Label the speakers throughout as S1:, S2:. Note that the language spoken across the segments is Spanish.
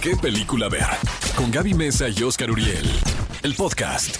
S1: qué película ver. Con Gaby Mesa y Oscar Uriel. El podcast.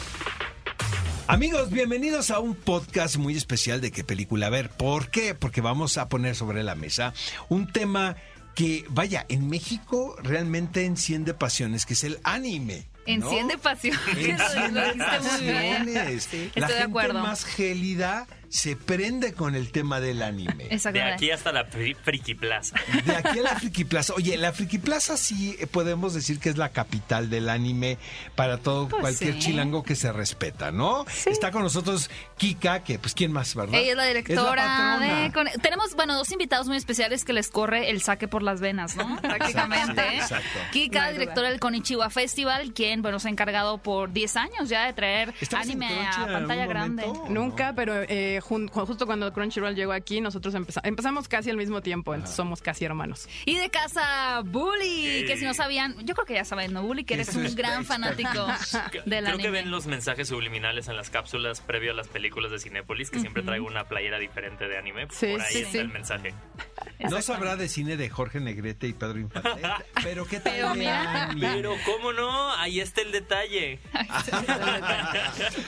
S2: Amigos, bienvenidos a un podcast muy especial de qué película ver. ¿Por qué? Porque vamos a poner sobre la mesa un tema que, vaya, en México realmente enciende pasiones, que es el anime. ¿no?
S3: Enciende pasión.
S2: Enciende
S3: lo dijiste muy bien.
S2: pasiones.
S3: Sí,
S2: La
S3: estoy de
S2: gente
S3: acuerdo.
S2: más gélida se prende con el tema del anime.
S3: Exacto.
S4: De aquí hasta la fri- Friki Plaza.
S2: De aquí a la Friki Plaza. Oye, la Friki Plaza sí eh, podemos decir que es la capital del anime para todo
S3: Pues
S2: cualquier
S3: sí.
S2: chilango que se respeta, ¿no? Está con nosotros Kika, que pues quién más, ¿verdad?
S3: Ella es la directora
S2: Es la
S3: de...
S2: patrona.
S3: Con- Tenemos, bueno, dos invitados muy especiales que les corre el saque por las venas, ¿no? Prácticamente.
S2: sí, exacto.
S3: Kika,
S5: No hay duda.
S3: directora del Konichiwa Festival, quien, bueno, se ha encargado por 10 años ya de traer
S2: ¿Estabas en
S3: anime
S2: Crunchy
S3: a
S2: en
S3: pantalla
S2: algún
S3: grande.
S2: momento o no?
S5: Nunca, pero eh, jun- ju- justo cuando Crunchyroll llegó aquí, nosotros empeza- empezamos casi al mismo tiempo, entonces somos casi hermanos.
S3: Y de casa, Bully, que si no sabían, yo creo que ya saben, ¿no, Bully? Que eres
S2: Eso
S3: un
S2: es
S3: gran fanático
S4: Creo
S3: del anime.
S4: que ven los mensajes subliminales en las cápsulas previo a las películas de Cinépolis, que siempre traigo una playera diferente de anime.
S5: Sí,
S4: Por ahí
S5: sí,
S4: está
S5: sí.
S4: el mensaje.
S2: No sabrá de cine de Jorge Negrete y Pedro Infante, pero qué tal
S3: Pero
S2: de
S3: mira.
S2: anime?
S4: Pero, ¿cómo no? Ahí está el detalle.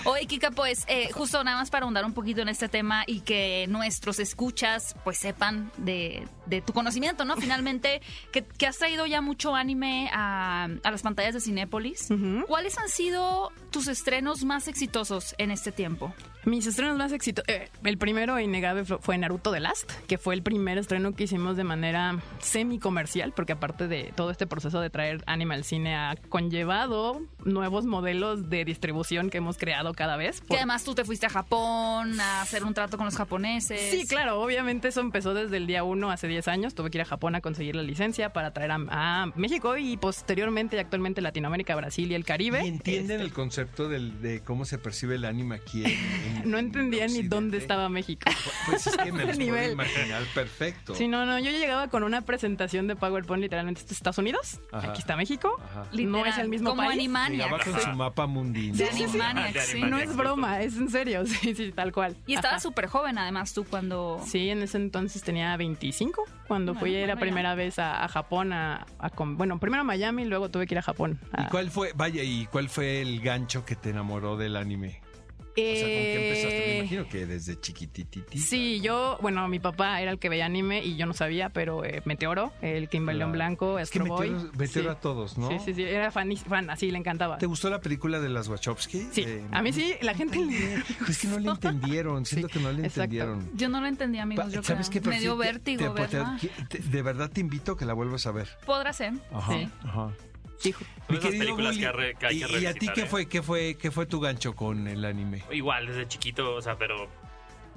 S3: Oye, Kika, pues eh, justo nada más para ahondar un poquito en este tema y que nuestros escuchas pues sepan de, de tu conocimiento, ¿no? Finalmente, que, que has traído ya mucho anime a, a las pantallas de Cinépolis.
S5: Ujú.
S3: ¿Cuáles han sido tus estrenos más exitosos en este tiempo?
S5: Mis estrenos más exitosos, el primero innegable fue- fue Naruto The Last, que fue el primer estreno que hicimos de manera semi-comercial, porque aparte de todo este proceso de traer anime al cine ha conllevado nuevos modelos de distribución que hemos creado cada vez.
S3: Que
S5: por-
S3: además tú te fuiste a Japón a hacer un trato con los japoneses.
S5: Sí, claro, obviamente eso empezó desde el día 1 hace 10 años. Tuve que ir a Japón a conseguir la licencia para traer a, a México y posteriormente y actualmente Latinoamérica, Brasil y el Caribe.
S2: ¿Y entienden
S5: Este,
S2: el concepto del- de cómo se percibe el anime aquí? en- en-
S5: Este, no
S2: en
S5: entendía ni
S2: Occidente?
S5: dónde estaba México.
S2: Pues es que me
S5: ese
S2: los puedo
S5: nivel.
S2: imaginar perfecto.
S5: Sí, no, no, yo llegaba con una presentación de PowerPoint literalmente esto es Estados Unidos,
S2: Ajá. Ah,
S5: aquí está México,
S2: Ajá.
S5: no es el mismo
S3: como
S5: país.
S3: Animaniacs.
S2: Llegaba con su mapa mundino.
S3: De
S5: Sí, sí, sí.
S3: Animaniacs,
S4: De
S3: sí.
S4: Animaniacs.
S5: No es broma, es en serio, sí, sí, tal cual.
S3: Y estaba
S5: Ajá.
S3: súper joven además tú cuando...
S5: Sí, en ese entonces tenía 25 cuando
S3: Bueno,
S5: fui la
S3: bueno, ya.
S5: primera vez a, a Japón a, a con- bueno, primero a Miami y luego tuve que ir a Japón.
S2: ¿Y
S5: a-
S2: cuál fue, vaya, y cuál fue el gancho que te enamoró del anime? O sea, ¿con qué empezaste? Me
S5: Eh,
S2: imagino que desde chiquitititita.
S5: Sí, yo, bueno, mi papá era el que veía anime y yo no sabía, pero eh, Meteoro, el Kimbalión
S2: Claro.
S5: Blanco,
S2: Es que
S5: Astro Boy.
S2: meteoro, meteoro
S5: sí.
S2: a todos, ¿no?
S5: Sí, sí, sí, era fan, fan, así le encantaba.
S2: ¿Te gustó la película de las Wachowski?
S5: Sí,
S2: Eh,
S5: a mí sí, la gente le...
S2: Es que no le entendieron, siento que no le
S5: exacto.
S2: entendieron.
S3: Yo no lo entendía, amigos.
S2: Pa-
S3: Yo
S2: ¿Sabes qué?
S3: creo.
S2: Pero
S3: Me
S2: sí
S3: dio
S2: te-
S3: vértigo,
S2: te- te-
S3: ¿verdad?
S2: te- de verdad te invito a que la vuelvas a ver.
S3: Podrá ser.
S2: Ajá,
S5: Sí.
S2: ajá.
S5: Hijo.
S2: Mi
S4: Son esas
S2: querido
S4: películas que,
S2: Bully,
S4: arre- que hay
S2: y, y
S4: que
S2: a ti
S4: revisitar,
S2: qué
S4: ¿eh?
S2: fue, qué fue, qué fue tu gancho con el anime?
S4: Igual, desde chiquito, o sea, pero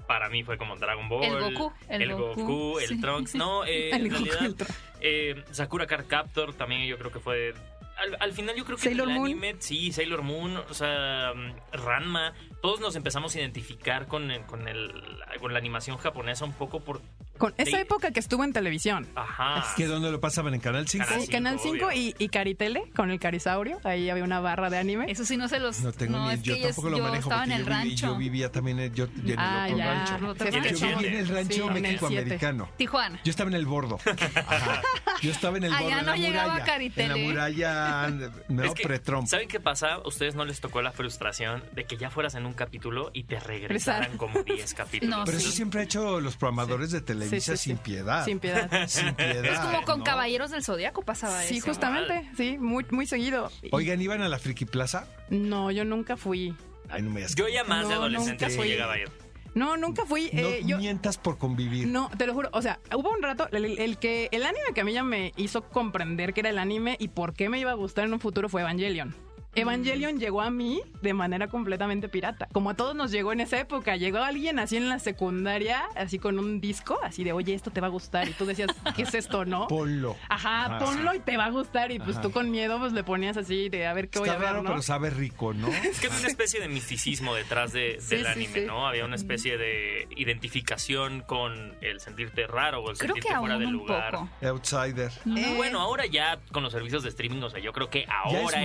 S4: para mí fue como Dragon Ball.
S3: El Goku, el
S4: El, Goku,
S3: Goku,
S4: el
S3: sí.
S4: Trunks. No, eh,
S5: El
S4: en
S5: Goku,
S4: realidad,
S5: el Trunks.
S4: eh, Sakura Card Captor también yo creo que fue... Al, al final yo creo que
S5: Sailor
S4: el
S5: Moon.
S4: anime, sí, Sailor Moon, o sea, mm, Ranma, todos nos empezamos a identificar con, el- con, el, con la animación japonesa un poco por...
S5: Con esa
S4: Sí.
S5: época que estuvo en televisión.
S4: Ajá.
S2: ¿Qué dónde lo pasaban en Canal 5?
S4: Ah. Canal
S5: Sí, Canal 5
S4: cinco,
S5: y, y Caritele con el Carisaurio, ahí había una barra de anime.
S3: Eso sí no se los.
S2: No tengo ni
S3: es
S2: yo
S3: que
S2: tampoco lo
S3: yo
S2: manejo
S3: estaba
S2: porque
S3: en el
S2: yo, viví-
S3: rancho.
S2: yo vivía también en, yo, en el
S5: Ah,
S2: otro
S5: ya.
S2: rancho.
S3: Otro
S5: Sí,
S3: rancho.
S2: Yo viví en el rancho
S5: Sí, en el
S2: México-americano.
S3: Tijuana.
S2: Yo estaba en el bordo. Ajá. Yo estaba en el
S3: Allá
S2: bordo. en
S3: Ah, no
S2: la
S3: llegaba ¿eh?
S2: muralla,
S3: Caritele.
S2: En la muralla, no,
S4: Es que,
S2: pre-Trump.
S4: ¿Saben qué pasa? A ustedes no les tocó la frustración de que ya fueras en un capítulo y te regresaran
S5: Regresar.
S4: como 10 capítulos.
S3: No,
S2: Pero
S3: sí.
S2: eso siempre ha hecho los programadores de
S5: Sí,
S2: Televisa
S5: sí, sí.
S2: sin piedad.
S5: Sin piedad.
S2: Sin piedad,
S3: Es como con
S2: ¿no?
S3: Caballeros del Zodíaco pasaba
S5: Sí,
S3: eso.
S5: justamente, sí, muy, muy seguido. Y-
S2: Oigan, ¿iban a la Friki Plaza?
S5: No, yo nunca fui.
S2: Ay, no me digas.
S4: Yo ya más de
S5: No,
S4: adolescente
S5: nunca
S4: sí
S5: fui.
S4: llegaba a ir.
S5: No, nunca fui.
S2: No
S5: eh, yo,
S2: mientas por convivir.
S5: No, te lo juro. O sea, hubo un rato, el, el- el que el anime que a mí ya me hizo comprender que era el anime y por qué me iba a gustar en un futuro fue Evangelion. Evangelion
S2: Mm.
S5: llegó a mí de manera completamente pirata. Como a todos nos llegó en esa época. Llegó alguien así en la secundaria, así con un disco, así de, oye, esto te va a gustar. Y tú decías, ¿qué es esto, no?
S2: Ponlo.
S5: Ajá,
S2: Ah,
S5: ponlo y te va a gustar. Y pues
S2: Ajá.
S5: tú con miedo pues le ponías así de, a ver qué voy
S2: Está
S5: a ver,
S2: raro,
S5: ¿no?
S2: pero sabe rico, ¿no?
S4: Es que había una especie de misticismo detrás de-
S5: Sí,
S4: del
S5: sí,
S4: anime,
S5: sí.
S4: ¿no? Había una especie de identificación con el sentirte raro o el
S3: Creo que
S4: sentirte fuera
S3: aún
S4: de
S3: un
S4: lugar.
S3: poco.
S2: Outsider.
S5: Eh,
S4: Y bueno, ahora ya con los servicios de streaming, o sea, yo creo que ahora es, eso.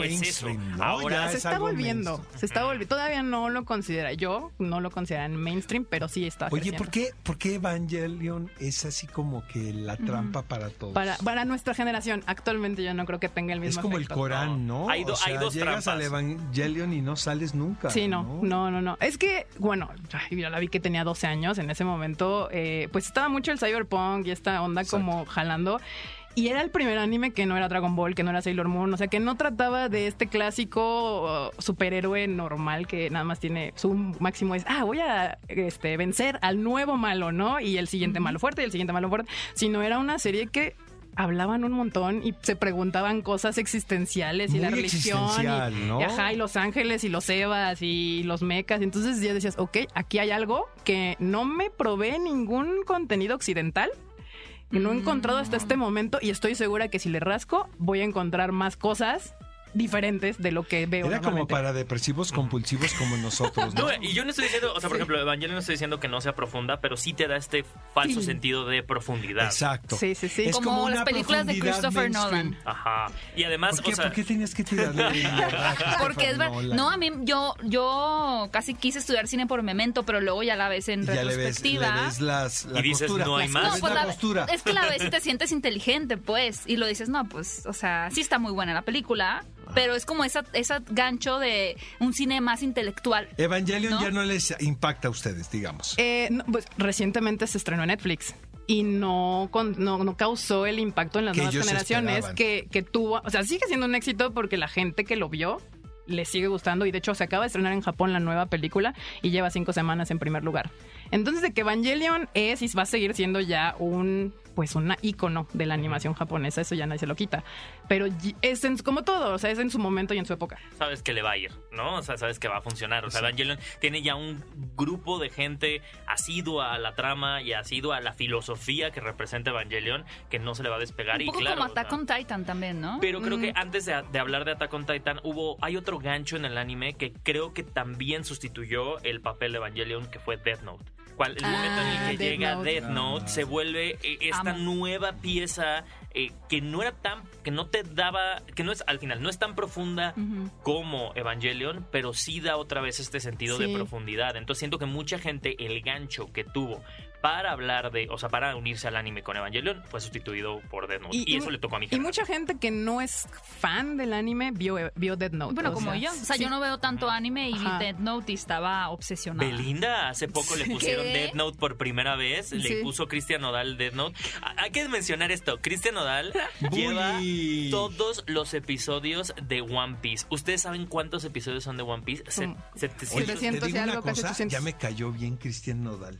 S2: mainstream, ¿no? ¿no?
S4: Ahora
S2: Ya
S5: se
S2: Ah, es
S5: está
S2: algo
S5: volviendo,
S2: mainstream.
S5: se está volviendo. Todavía no lo considera, yo no lo considero en mainstream, pero sí está.
S2: Oye,
S5: creciendo.
S2: ¿por qué, ¿por qué Evangelion es así como que la trampa para todos?
S5: Para, para nuestra generación, actualmente yo no creo que tenga el mismo
S2: es como el
S5: efecto.
S2: Corán, ¿no?
S4: Hay do-
S2: o sea,
S4: hay dos
S2: llegas
S4: trampas.
S2: al Evangelion y no sales nunca.
S5: Sí, no, no, no, no. Es que, bueno, ay, yo la vi que tenía 12 años en ese momento, eh, pues estaba mucho el cyberpunk y esta onda como jalando. Y era el primer anime que no era Dragon Ball, que no era Sailor Moon, o sea, que no trataba de este clásico uh, superhéroe normal que nada más tiene su máximo es, ah, voy a este, vencer al nuevo malo, ¿no? Y el siguiente malo fuerte y el siguiente malo fuerte, sino era una serie que hablaban un montón y se preguntaban cosas existenciales y
S2: Muy
S5: la religión y,
S2: existencial, ¿no?
S5: y ajá, y los ángeles y los Evas y los mecas. Entonces ya decías, ok, aquí hay algo que no me provee ningún contenido occidental. Que no he encontrado hasta
S2: Mm.
S5: este momento y estoy segura que si le rasco voy a encontrar más cosas diferentes de lo que veo.
S2: Era como
S5: normalmente.
S2: para depresivos compulsivos como nosotros, ¿no?
S4: No, y yo no estoy diciendo, o sea, por ejemplo, Evangelion no estoy diciendo que no sea profunda, pero sí te da este falso
S5: Sí.
S4: sentido de profundidad.
S2: Exacto.
S5: Sí, sí, sí.
S2: Es
S3: Como las
S2: una
S3: películas de
S2: profundidad
S3: Christopher
S2: mainstream.
S3: Nolan.
S4: Ajá. Y además,
S2: ¿Por qué,
S4: o sea,
S2: ¿Por qué tenías que tirarle mierda a Christopher
S3: Porque es verdad.
S2: Nolan?
S3: No, a mí yo, yo casi quise estudiar cine por memento, pero luego ya la ves en
S2: Y ya le ves, le
S3: retrospectiva.
S2: ves las, la
S4: Y dices,
S2: costura.
S4: no hay
S2: Le
S4: más.
S2: ves
S3: No, pues
S2: la
S3: la-
S2: costura.
S3: es que la vez te sientes inteligente, pues, y lo dices, no, pues, o sea, sí está muy buena la película, pero es como esa, esa gancho de un cine más intelectual.
S2: Evangelion
S3: ¿No?
S2: ya no les impacta a ustedes, digamos.
S5: Eh, no, pues recientemente se estrenó en Netflix y no, con- no, no causó el impacto en las
S2: Que
S5: nuevas
S2: ellos
S5: generaciones
S2: esperaban.
S5: que, que tuvo. O sea, sigue siendo un éxito porque la gente que lo vio le sigue gustando y de hecho se acaba de estrenar en Japón la nueva película y lleva cinco semanas en primer lugar. Entonces de que Evangelion es y va a seguir siendo ya un pues una ícono de la animación japonesa, eso ya nadie se lo quita. Pero y- es en- como todo, o sea, es en su momento y en su época.
S4: sabes que le va a ir, ¿no? O sea, sabes que va a funcionar. O sea, Evangelion tiene ya un grupo de gente asidua a la trama y asidua a la filosofía que representa Evangelion que no se le va a despegar.
S3: Un
S4: y
S3: poco
S4: claro,
S3: como
S4: o sea,
S3: Attack on Titan también, ¿no?
S4: Pero creo que antes de, de hablar de Attack on Titan, hubo, hay otro gancho en el anime que creo que también sustituyó el papel de Evangelion, que fue Death Note. Cual, el
S3: Ah,
S4: momento en el que
S5: Death
S4: llega
S5: Note.
S4: Death Note se vuelve eh, esta
S3: Amo.
S4: nueva pieza eh, que no era tan, que no te daba, que no es, al final, no es tan profunda
S3: Ujú.
S4: como Evangelion, pero sí da otra vez este sentido
S5: Sí.
S4: de profundidad. Entonces siento que mucha gente, el gancho que tuvo para hablar de, o sea, para unirse al anime con Evangelion, fue sustituido por Death Note. Y, eso
S5: mu-
S4: le tocó a mi
S5: Y
S4: generación.
S5: mucha gente que no es fan del anime vio, vio Dead Note.
S3: Bueno,
S5: o
S3: como
S5: sea,
S3: yo. O sea,
S5: sí.
S3: yo no veo tanto anime y vi
S5: Ajá.
S3: Death Note y estaba obsesionada.
S4: Belinda hace poco le pusieron
S3: ¿Qué?
S4: Death Note por primera vez,
S5: Sí.
S4: le puso Cristian Nodal Death Note. A- Hay que mencionar esto, Cristian Nodal lleva
S2: Bully.
S4: todos los episodios de One Piece. ¿Ustedes saben cuántos episodios son de One Piece? Se-
S5: Como-
S4: 700.
S5: Oye, 300 y
S2: te digo
S5: algo,
S2: una
S5: casi
S2: cosa,
S5: 800.
S2: ya me cayó bien Cristian Nodal.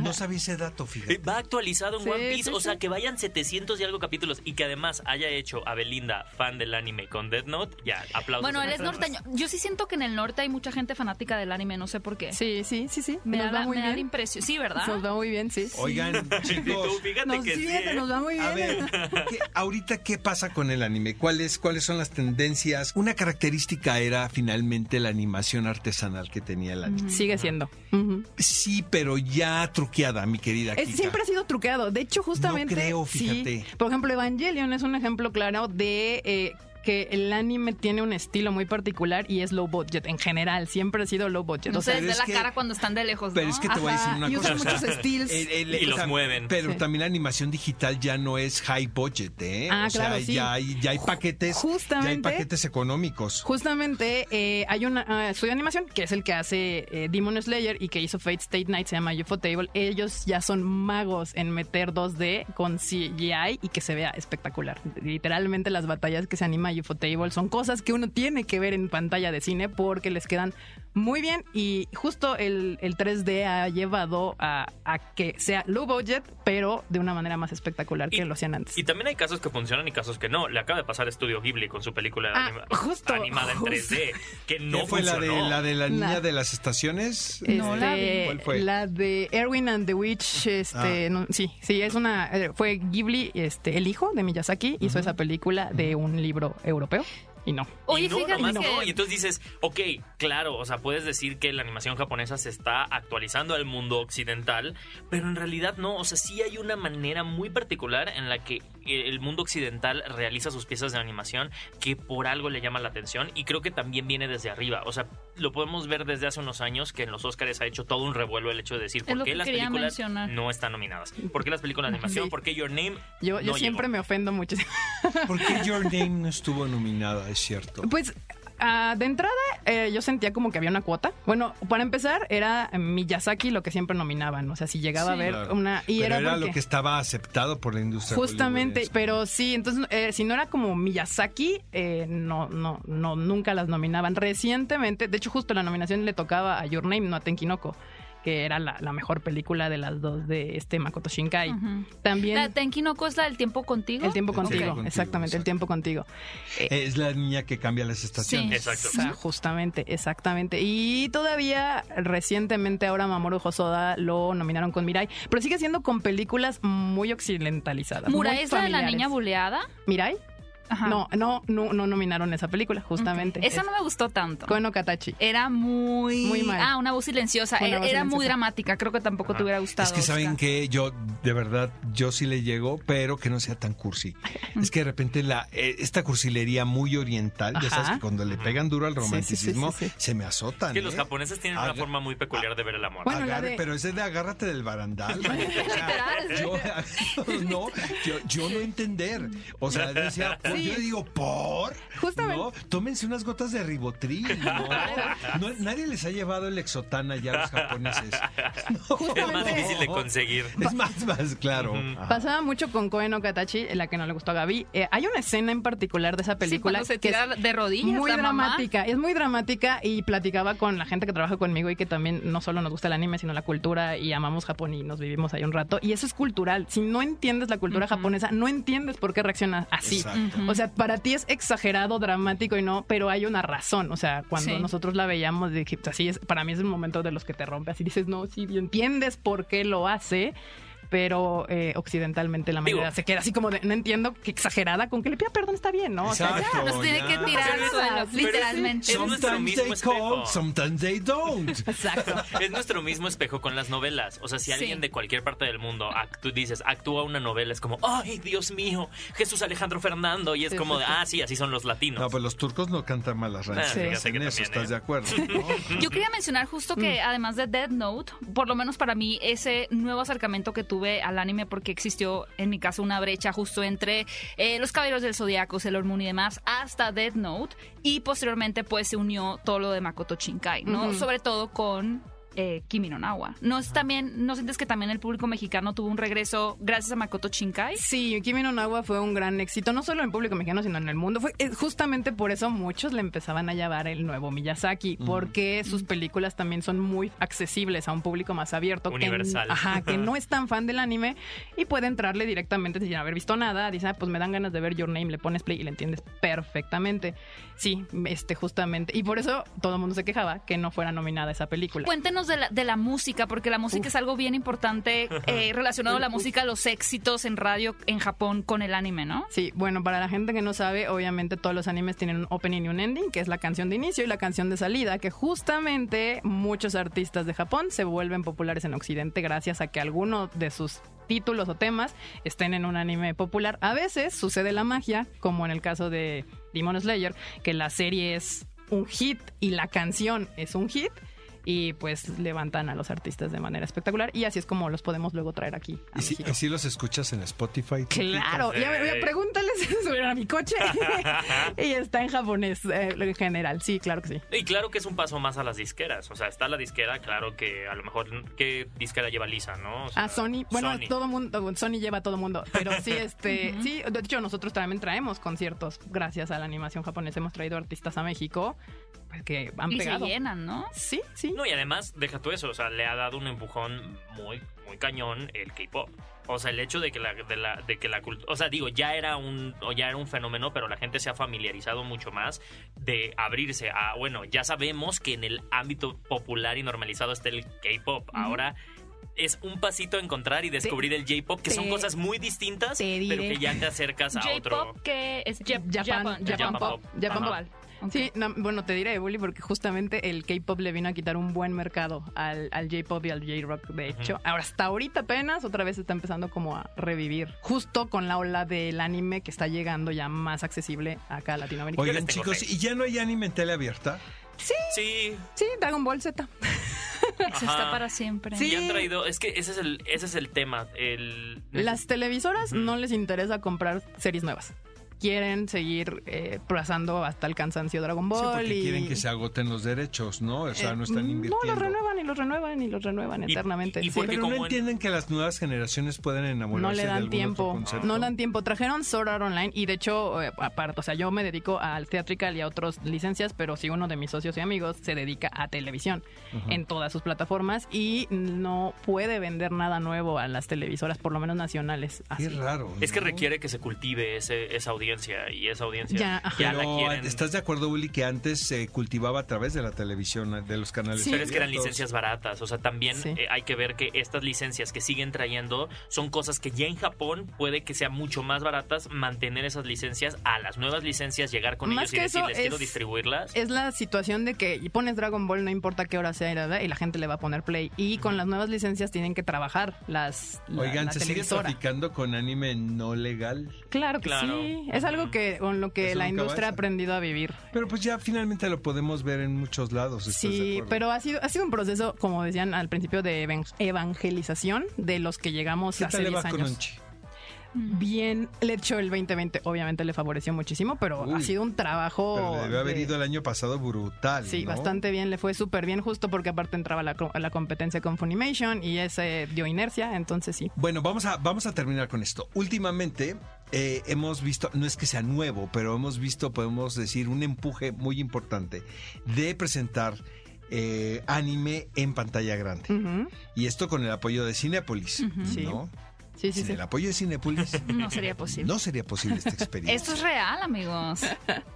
S2: No sabía ese dato,
S4: Eh,
S2: fíjate.
S4: Va actualizado en
S5: Sí,
S4: One Piece,
S5: sí,
S4: o sea
S5: sí.
S4: que vayan 700 y algo capítulos y que además haya hecho a Belinda fan del anime con Death Note, ya aplausos.
S3: Bueno,
S4: en
S3: eres
S4: nuestras
S3: norteño. Yo sí siento que en el norte hay mucha gente fanática del anime, no sé por qué.
S5: Sí, sí, sí, sí.
S3: Me,
S5: nos
S3: da,
S5: va
S3: la-
S5: muy
S3: me da la
S5: bien.
S3: impresión. Sí, ¿verdad?
S5: Nos va muy bien, sí.
S2: Oigan,
S4: redes. Y tú,
S2: chicos,
S4: fíjate
S5: Nos,
S4: que sí,
S5: fíjate,
S4: ¿eh?
S5: nos va muy bien.
S2: a ver, ¿qué- ahorita qué pasa con el anime? ¿Cuáles cuáles son las tendencias? Una característica era finalmente la animación artesanal que tenía el anime.
S5: Sigue siendo. Ujú.
S2: Sí, pero ya truqueada, mi querida
S5: Es-
S2: Kika.
S5: siempre ha sido truqueado. De hecho, justamente.
S2: creo,
S5: sí.
S2: fíjate.
S5: Por ejemplo, Evangelion es un ejemplo claro de. eh, que el anime tiene un estilo muy particular y es low budget en general. Siempre ha sido low budget.
S3: No
S5: o sea,
S3: se
S2: pero
S3: les ve
S2: es
S3: la
S2: que-
S3: cara cuando están de lejos.
S2: Pero
S3: ¿no? Ah,
S2: es que te voy a decir
S5: Ajá,
S2: una
S5: y
S2: cosa.
S5: usan muchos steels.
S2: El- el-
S4: Y los mueven.
S2: Pero
S5: Sí.
S2: también la animación digital ya no es high budget, ¿eh?
S5: Ah,
S2: o sea,
S5: claro, sí.
S2: ya, hay, ya hay paquetes. Ya hay
S5: justamente-
S2: paquetes económicos.
S5: Justamente eh, hay un estudio de animación que es el que hace eh, Demon Slayer y que hizo Fate State Night, se llama UFO Table. Ellos ya son magos en meter 2D con CGI y que se vea espectacular. Literalmente las batallas que se anima UFO Table son cosas que uno tiene que ver en pantalla de cine porque les quedan muy bien y justo el, el 3D ha llevado a, a que sea low budget pero de una manera más espectacular que lo hacían antes.
S4: Y también hay casos que funcionan y casos que no. Le acaba de pasar a Studio Ghibli con su película
S5: Ah,
S4: anima-
S5: justo,
S4: animada
S5: justo.
S4: en 3D, que
S2: ¿Qué
S4: no
S2: fue la de,
S4: funcionó.
S2: la de la niña
S5: Nah.
S2: de las estaciones?
S3: No la vi.
S2: ¿Cuál fue?
S5: Este,
S2: Ah.
S5: La de Erwin and the Witch, este, no, sí, sí, es una, eh, fue Ghibli, este, el hijo de Miyazaki, hizo esa película de un libro europeo. Y no.
S3: Oye,
S4: y no,
S3: fíjate
S4: nomás
S3: que-
S4: no. Y entonces dices, ok, claro, o sea, puedes decir que la animación japonesa se está actualizando al mundo occidental, pero en realidad no. O sea, sí hay una manera muy particular en la que el mundo occidental realiza sus piezas de animación que por algo le llama la atención y creo que también viene desde arriba. O sea, lo podemos ver desde hace unos años que en los Oscars ha hecho todo un revuelo el hecho de decir
S3: Es
S4: por
S3: lo
S4: qué
S3: que
S4: las
S3: quería
S4: películas
S3: mencionar.
S4: no están nominadas, por qué las películas de animación,
S5: Sí.
S4: por qué Your Name.
S5: Yo, yo
S4: no
S5: siempre
S4: llegó?
S5: me ofendo muchísimo.
S2: ¿Por qué Your Name no estuvo nominada? Es cierto.
S5: Pues ah, de entrada eh, yo sentía como que había una cuota. Bueno, para empezar era Miyazaki lo que siempre nominaban, o sea, si llegaba a
S3: Sí.
S5: ver
S2: Claro.
S5: una y
S2: Pero era, lo
S5: porque-
S2: que estaba aceptado por la industria.
S5: Justamente,
S2: hollywoodiense.
S5: pero sí, entonces eh, si no era como Miyazaki, eh, no, no, no, nunca las nominaban. Recientemente, de hecho, justo la nominación le tocaba a Your Name, no a Tenkinoko, que era la, la mejor película de las dos de este Makoto Shinkai.
S3: Ujú.
S5: También
S3: La Tenkinoko es la del tiempo contigo.
S5: El tiempo
S2: El Tiempo
S5: contigo,
S2: Contigo,
S5: exactamente,
S2: exacto.
S5: el tiempo contigo. eh,
S2: Es la niña que cambia las estaciones.
S4: Exacto.
S5: O sea, justamente, exactamente. Y todavía recientemente ahora Mamoru Hosoda lo nominaron con Mirai, pero sigue siendo con películas muy occidentalizadas. muy
S3: Mura es la de la
S5: familiares.
S3: niña buleada.
S5: Mirai.
S3: Ajá.
S5: No, no, no, no nominaron esa película, justamente.
S3: Esa no me gustó tanto.
S5: Con Okatachi.
S3: Era muy.
S5: Muy mal.
S3: Ah, una voz silenciosa.
S5: Una
S3: Era,
S5: voz
S3: era muy
S5: silenciosa.
S3: dramática. Creo que tampoco te
S4: Ajá.
S3: hubiera gustado.
S2: Es que saben
S3: Oscar.
S2: que yo, de verdad, yo sí le llego, pero que no sea tan cursi. Es que de repente la, eh, esta cursilería muy oriental, ya sabes
S5: Ajá.
S2: que cuando le pegan duro al
S5: Sí, sí, sí,
S2: romanticismo,
S5: sí, sí.
S2: se me azotan.
S4: Es que los
S2: ¿eh?
S4: japoneses tienen una
S2: Haga-
S4: forma muy peculiar de ver el amor.
S5: Ah, Bueno, la
S2: Agarre-
S5: de-
S2: Pero ese de agárrate del barandal. O sea, yo, no, yo, yo no entender. O sea, decía, por-
S5: Sí.
S2: yo digo, ¿por?
S5: Justamente.
S2: No, tómense unas gotas de ribotril. No, No, nadie les ha llevado el exotana ya a los japoneses. No.
S4: es más
S5: Justamente.
S4: difícil de conseguir.
S2: Es más, más claro.
S4: Ujú.
S2: Ajá.
S5: Pasaba mucho con Koen Okatachi, la que no le gustó a Gaby. Eh, hay una escena en particular de esa
S3: Sí,
S5: película
S3: cuando se
S5: que es
S3: tira de rodillas.
S5: muy
S3: la mamá.
S5: dramática, es muy dramática y platicaba con la gente que trabaja conmigo y que también no solo nos gusta el anime, sino la cultura y amamos Japón y nos vivimos ahí un rato. Y eso es cultural. Si no entiendes la cultura
S3: Ujú.
S5: japonesa, no entiendes por qué reaccionas así.
S2: Exacto.
S3: Ujú.
S5: O sea, para ti es exagerado, dramático y no, pero hay una razón. O sea, cuando
S3: Sí.
S5: nosotros la veíamos de Egipto, así es, para mí es el momento de los que te rompe. Así dices, no, sí, entiendes por qué lo hace, pero eh, occidentalmente la
S4: Digo-
S5: mayoría se queda así como de, no entiendo, qué exagerada, con que le pida perdón está bien, ¿no? O sea,
S2: Exacto,
S5: ya,
S3: Nos tiene que
S2: ya.
S3: tirar al
S4: Ah, Pero-
S3: suelo,
S5: pero-
S3: literalmente.
S4: Es nuestro
S2: Sometimes
S4: mismo
S2: they
S4: espejo.
S2: come, sometimes they don't.
S5: Exacto.
S4: Es nuestro mismo espejo con las novelas. O sea, si
S3: Sí.
S4: alguien de cualquier parte del mundo actú- dices, actúa una novela, es como, ay, Dios mío, Jesús Alejandro Fernando. Y es
S5: Sí,
S4: como,
S5: sí,
S4: de,
S5: sí.
S4: ah, sí, así son los latinos.
S2: No, pues los turcos no cantan malas rancheras.
S4: Ah,
S5: fíjate
S2: En
S4: que
S2: eso
S4: también,
S2: estás
S4: ¿eh?
S2: de acuerdo. ¿no?
S3: Yo quería mencionar justo que
S4: Mm.
S3: además de Dead Note, por lo menos para mí ese nuevo acercamiento que tuve al anime porque existió en mi caso una brecha justo entre eh, los Caballeros del Zodiaco, Sailor Moon y demás hasta Dead Note y posteriormente pues se unió todo lo de Makoto Shinkai, ¿no?
S5: Ujú.
S3: Sobre todo con eh, Kimi no Nawa. ¿No, es también, ¿No sientes que también el público mexicano tuvo un regreso gracias a Makoto Shinkai?
S5: Sí, Kimi no Nawa fue un gran éxito, no solo en público mexicano, sino en el mundo. Fue eh, justamente por eso muchos le empezaban a llevar el nuevo Miyazaki, porque sus películas también son muy accesibles a un público más abierto. que-
S4: Universal.
S5: ajá, que no es tan fan del anime y puede entrarle directamente sin haber visto nada. Dice, ah, pues me dan ganas de ver Your Name, le pones play y le entiendes perfectamente. Sí, este, justamente. Y por eso todo el mundo se quejaba que no fuera nominada esa película.
S3: Cuéntenos de la, de la música, porque la música es algo bien importante eh, relacionado a la música, los éxitos en radio en Japón con el anime, ¿no?
S5: Sí, bueno, para la gente que no sabe, obviamente todos los animes tienen un opening y un ending, que es la canción de inicio y la canción de salida, que justamente muchos artistas de Japón se vuelven populares en Occidente gracias a que alguno de sus títulos o temas estén en un anime popular. A veces sucede la magia, como en el caso de Demon Slayer, que la serie es un hit y la canción es un hit. Y pues levantan a los artistas de manera espectacular. Y así es como los podemos luego traer aquí. a
S2: ¿Y si,
S5: México.
S2: y si los escuchas en Spotify?
S5: Claro, ya, ya pregúntale si se subieron a mi coche. y está en japonés eh, en general. Sí, claro que sí.
S4: Y claro que es un paso más a las disqueras. O sea, está la disquera, claro que a lo mejor, ¿qué disquera lleva Lisa, no? O sea,
S5: A Sony, bueno,
S4: Sony.
S5: todo mundo, Sony lleva a todo mundo, pero sí, este, sí, de hecho nosotros también traemos conciertos gracias a la animación japonesa, hemos traído artistas a México pues, que han
S3: Y
S5: pegado.
S3: se llenan, ¿no?
S5: Sí, sí.
S4: No, y además, deja tú eso, o sea, le ha dado un empujón muy, muy cañón el K-pop. O sea, el hecho de que la, de la, de que la cultura, o sea, digo, ya era un, o ya era un fenómeno, pero la gente se ha familiarizado mucho más de abrirse a, bueno, ya sabemos que en el ámbito popular y normalizado está el K-pop. Ahora es un pasito a encontrar y descubrir el J-pop, que son
S6: te-
S4: cosas muy distintas,
S6: te
S4: pero
S6: diré.
S4: que ya te acercas a otro.
S3: J-pop que es Jap- Japan,
S5: Japan,
S4: Japan
S5: Pop.
S4: Pop.
S5: Japan
S4: Ajá.
S5: Pop.
S3: Ok.
S5: Sí, no, bueno, te diré, Bully, porque justamente el K-pop le vino a quitar un buen mercado al, al J-pop y al J-rock, de hecho. Ahora, hasta ahorita apenas, otra vez está empezando como a revivir, justo con la ola del anime que está llegando ya más accesible acá a Latinoamérica.
S4: Oye.
S2: Oigan,
S4: tengo
S2: chicos,
S4: fe.
S2: ¿y ya no hay anime en tele abierta?
S4: Sí,
S5: Sí, Dragon Ball Z.
S3: Eso está
S4: Ajá.
S3: para siempre.
S5: Sí.
S4: Y han traído, es que ese es el, ese es el tema. El,
S5: Las televisoras
S4: Ujú.
S5: no les interesa comprar series nuevas. Quieren seguir eh, pasando hasta el cansancio Dragon
S2: Sí,
S5: Ball
S2: porque
S5: y...
S2: quieren que se agoten los derechos, ¿no? O sea,
S5: eh,
S2: no están invirtiendo.
S5: No, los renuevan y los renuevan y los renuevan
S4: Y-
S5: eternamente.
S4: y
S5: sí.
S4: porque
S2: Pero
S4: como
S2: no
S4: en-
S2: entienden que las nuevas generaciones pueden enamorarse
S5: no le
S2: de
S5: dan
S2: algún otro
S5: tiempo,
S2: concepto.
S5: no le dan tiempo. Trajeron Sword Art Online y de hecho, eh, aparte, o sea, yo me dedico al Theatrical y a otras licencias, pero sí uno de mis socios y amigos se dedica a televisión en todas sus plataformas y no puede vender nada nuevo a las televisoras, por lo menos nacionales.
S2: Qué
S5: Así.
S2: raro.
S4: Es que
S2: ¿no?
S4: requiere que se cultive ese, esa audiencia y esa audiencia
S5: Ya,
S4: ya,
S5: ajá.
S4: la
S2: Pero,
S4: quieren.
S2: ¿estás de acuerdo, Willy, que antes se cultivaba a través de la televisión, de los canales?
S5: Sí.
S4: Pero es que eran
S2: abiertos?
S4: licencias baratas, o sea, también
S5: Sí.
S4: eh, hay que ver que estas licencias que siguen trayendo son cosas que ya en Japón puede que sea mucho más baratas mantener esas licencias a las nuevas licencias, llegar con
S5: Más
S4: ellos y
S5: que eso
S4: decirles quiero
S5: es-
S4: distribuirlas.
S5: Es la situación de que pones Dragon Ball, no importa qué hora sea, ¿verdad? y la gente le va a poner play. Y con las nuevas licencias tienen que trabajar las. la-
S2: Oigan,
S5: la
S2: ¿se sigue
S5: televisora.
S2: traficando con anime no legal?
S5: Claro que
S4: Claro.
S5: sí. Es algo que con lo que
S2: Eso
S5: la
S2: nunca
S5: industria ha
S2: avanza.
S5: aprendido a vivir.
S2: Pero pues ya finalmente lo podemos ver en muchos lados. ¿estás de
S5: Sí,
S2: acuerdo?
S5: pero ha sido, ha sido un proceso, como decían al principio, de evan- evangelización de los que llegamos
S2: ¿Qué
S5: hace
S2: tal le
S5: 10
S2: va con
S5: años.
S2: Onchi?
S3: Mm.
S5: Bien, el hecho del 2020 obviamente le favoreció muchísimo, pero
S2: Uy,
S5: ha sido un trabajo...
S2: Pero le debió haber
S5: de-
S2: ido el año pasado brutal.
S5: Sí,
S2: ¿no?
S5: bastante bien, le fue súper bien, justo porque aparte entraba la, co- la competencia con Funimation y ese dio inercia, entonces sí.
S2: Bueno, vamos a, vamos a terminar con esto. Últimamente eh, hemos visto, no es que sea nuevo, pero hemos visto, podemos decir, un empuje muy importante de presentar eh, anime en pantalla grande.
S5: Ujú,
S2: Y esto con el apoyo de Cinepolis,
S3: Ujú.
S5: Sí.
S2: ¿no?
S5: Sí, sí,
S2: Sin
S5: sí.
S2: el apoyo de Cinepolis
S3: No sería posible.
S2: no sería posible esta experiencia.
S3: Esto es real, amigos.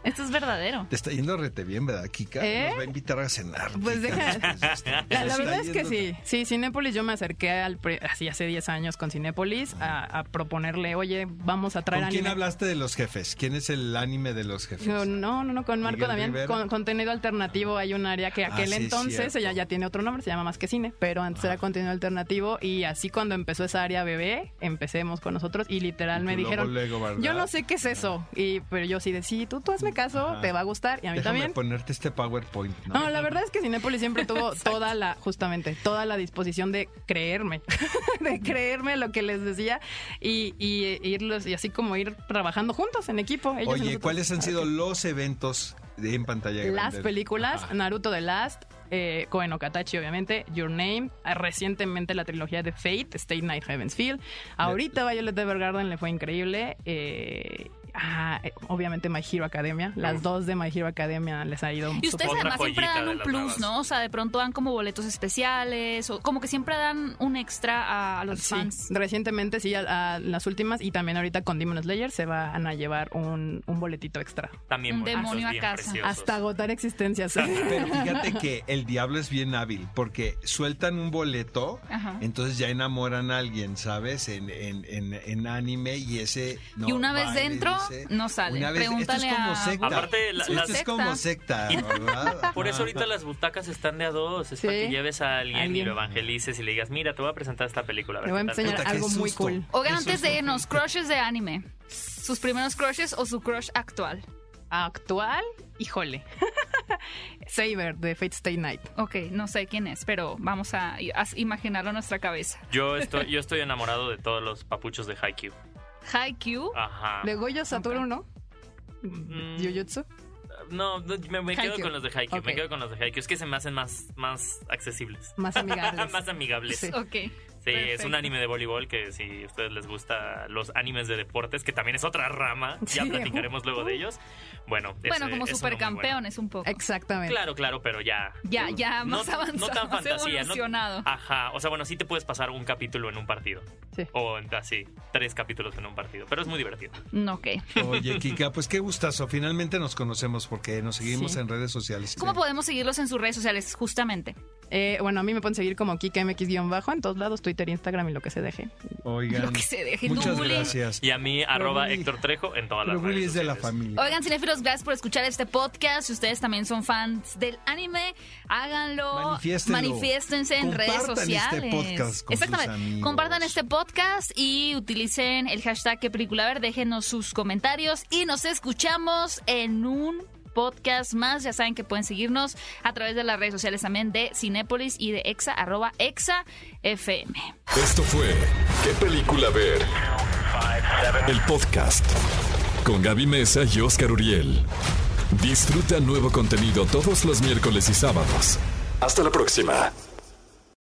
S3: Esto es verdadero.
S2: Te está yendo rete bien, ¿verdad, Kika?
S5: ¿Eh?
S2: Nos va a invitar a cenar.
S5: Pues
S2: Kika,
S5: deja-
S2: después de esto.
S5: La,
S2: Nos
S5: la
S2: está
S5: verdad es que
S2: yendo-
S5: sí. Sí, Cinépolis, yo me acerqué al pre- así hace 10 años con Cinépolis a, a proponerle, oye, vamos a
S2: ¿Con
S5: traer
S2: quién
S5: anime".
S2: hablaste de los jefes? ¿Quién es el anime de los jefes?
S5: No, no, no, con Marco
S2: Miguel
S5: Damián,
S2: Rivera.
S5: con, contenido alternativo hay un área que
S2: Ah,
S5: aquel
S2: sí, es
S5: entonces
S2: cierto. Ah.
S5: ella ya tiene otro nombre, se llama más que cine, pero antes era contenido alternativo y así cuando empezó esa área bebé, empecemos con nosotros y literal me
S2: Luego,
S5: dijeron,
S2: luego, ¿verdad?
S5: yo no sé qué es eso, y pero yo sí de sí, tú, tú hazme caso,
S2: Ajá.
S5: te va a gustar y a mí
S2: Déjame
S5: también.
S2: ponerte este PowerPoint. ¿no?
S5: No, la verdad es que Cinépolis siempre tuvo toda la, justamente, toda la disposición de creerme, de creerme lo que les decía y, y, eh, irlos, y así como ir trabajando juntos en equipo. ellos y
S2: Oye,
S5: nosotros.
S2: ¿cuáles han
S5: Así
S2: sido
S5: que-
S2: los eventos de- en pantalla grande?
S5: las películas,
S2: Ajá.
S5: Naruto The Last, eh, Koen Okatachi, obviamente, Your Name, ah, recientemente la trilogía de Fate, State Night Heaven's Field. Ahorita
S2: Eh,
S5: Violet Evergarden le fue increíble. eh, ah, eh, obviamente My Hero Academia. Las dos de My Hero Academia les ha ido
S3: Y ustedes
S4: Otra
S5: súper-
S3: además siempre
S4: joyita
S3: dan
S4: de
S3: un
S4: las
S3: plus,
S4: nuevas.
S3: ¿no? O sea, de pronto dan como boletos especiales o como que siempre dan un extra a, a los
S5: Sí,
S3: fans.
S5: recientemente sí, a, a las últimas y también ahorita con Demon Slayer se van a llevar un, un boletito extra.
S4: También
S3: Un
S4: bueno, eso es
S3: demonio a
S4: bien
S3: casa.
S4: precioso.
S5: Hasta agotar existencias.
S2: Pero fíjate que el diablo es bien hábil porque sueltan un boleto,
S3: Ajá.
S2: entonces ya enamoran a alguien, ¿sabes? En, en- en- en anime y ese... no,
S3: Y una vez
S2: va y le
S3: dentro, no sale.
S2: Una vez- esto
S3: Pregúntale
S2: es como
S3: a-
S2: secta.
S4: Aparte, la-
S2: esto
S4: las-
S2: es como secta, ¿verdad?
S4: Por eso
S2: Ajá.
S4: ahorita las butacas están de a dos, es
S5: Sí.
S4: para que lleves a alguien, y
S5: Alguien.
S4: lo evangelices y le digas, mira, te voy a presentar esta película. a ver
S5: Le voy a
S4: qué tal".
S5: enseñar
S2: Puta, qué
S5: algo muy
S2: susto.
S5: cool.
S3: Oigan,
S2: Eso
S3: antes
S2: es
S3: de irnos, crushes de anime. Sus primeros crushes o su crush actual.
S5: Actual, híjole. Saber de Fate Stay Night.
S3: Ok, no sé quién es, pero vamos a, a imaginarlo en nuestra cabeza.
S4: Yo estoy, yo estoy enamorado de todos los papuchos de Haikyuu.
S3: Haikyuu.
S4: Ajá.
S5: De Goyo Saturno,
S4: Mm,
S5: Jujutsu.
S4: No, no, me, me quedo
S5: Haikyuu.
S4: con los de Haikyuu. Me
S5: Ok.
S4: quedo con los de Haikyuu. Es que se me hacen más, más accesibles.
S5: Más amigables.
S4: más amigables.
S5: Sí.
S4: Sí,
S3: Ok.
S4: es un
S3: Perfecto.
S4: anime de voleibol que si a ustedes les gusta los animes de deportes, que también es otra rama, ya
S5: Sí.
S4: platicaremos luego de ellos. Bueno,
S3: Bueno,
S4: ese
S3: como
S4: es uno muy bueno.
S3: supercampeones un poco.
S5: Exactamente.
S4: Claro, claro, pero ya. Eh,
S3: Ya, ya
S4: no-
S3: más
S4: no
S3: avanzado,
S4: tan
S3: más
S4: fantasía, ¿no?
S3: evolucionado.
S4: Ajá, o sea, bueno, sí te puedes pasar un capítulo en un partido.
S5: Sí.
S4: O en- así, tres capítulos en un partido. Pero es muy divertido.
S3: Mm, Ok.
S2: Oye, Kika, pues qué gustazo. Finalmente nos conocemos porque nos seguimos
S5: Sí.
S2: en redes sociales.
S3: ¿Cómo
S2: Sí.
S3: podemos seguirlos en sus redes sociales, justamente?
S5: Eh, bueno, a mí me pueden seguir como KikaMX-bajo en todos lados, Twitter, Instagram y lo que se deje.
S2: Oigan,
S3: Lo que se deje, no
S2: muchas
S3: bullying.
S2: gracias.
S4: Y a mí, arroba
S2: Willy-
S4: Héctor Trejo en todas las
S2: Pero
S4: redes
S2: Willy es de la
S4: sociales.
S2: familia.
S3: Oigan, cinefilos, gracias por escuchar este podcast. Si ustedes también son fans del anime, háganlo.
S2: Manifiéstenlo.
S3: Manifiéstense en
S2: Compartan
S3: redes sociales.
S2: este podcast con sus
S3: Exactamente.
S2: amigos.
S3: Compartan este podcast y utilicen el hashtag que película ver. Déjenos sus comentarios y nos escuchamos en un podcast más. Ya saben que pueden seguirnos a través de las redes sociales también de Cinépolis y de exa, arroba exa FM.
S1: Esto fue ¿Qué película ver? El podcast con Gaby Mesa y Oscar Uriel. Disfruta nuevo contenido todos los miércoles y sábados. Hasta la próxima.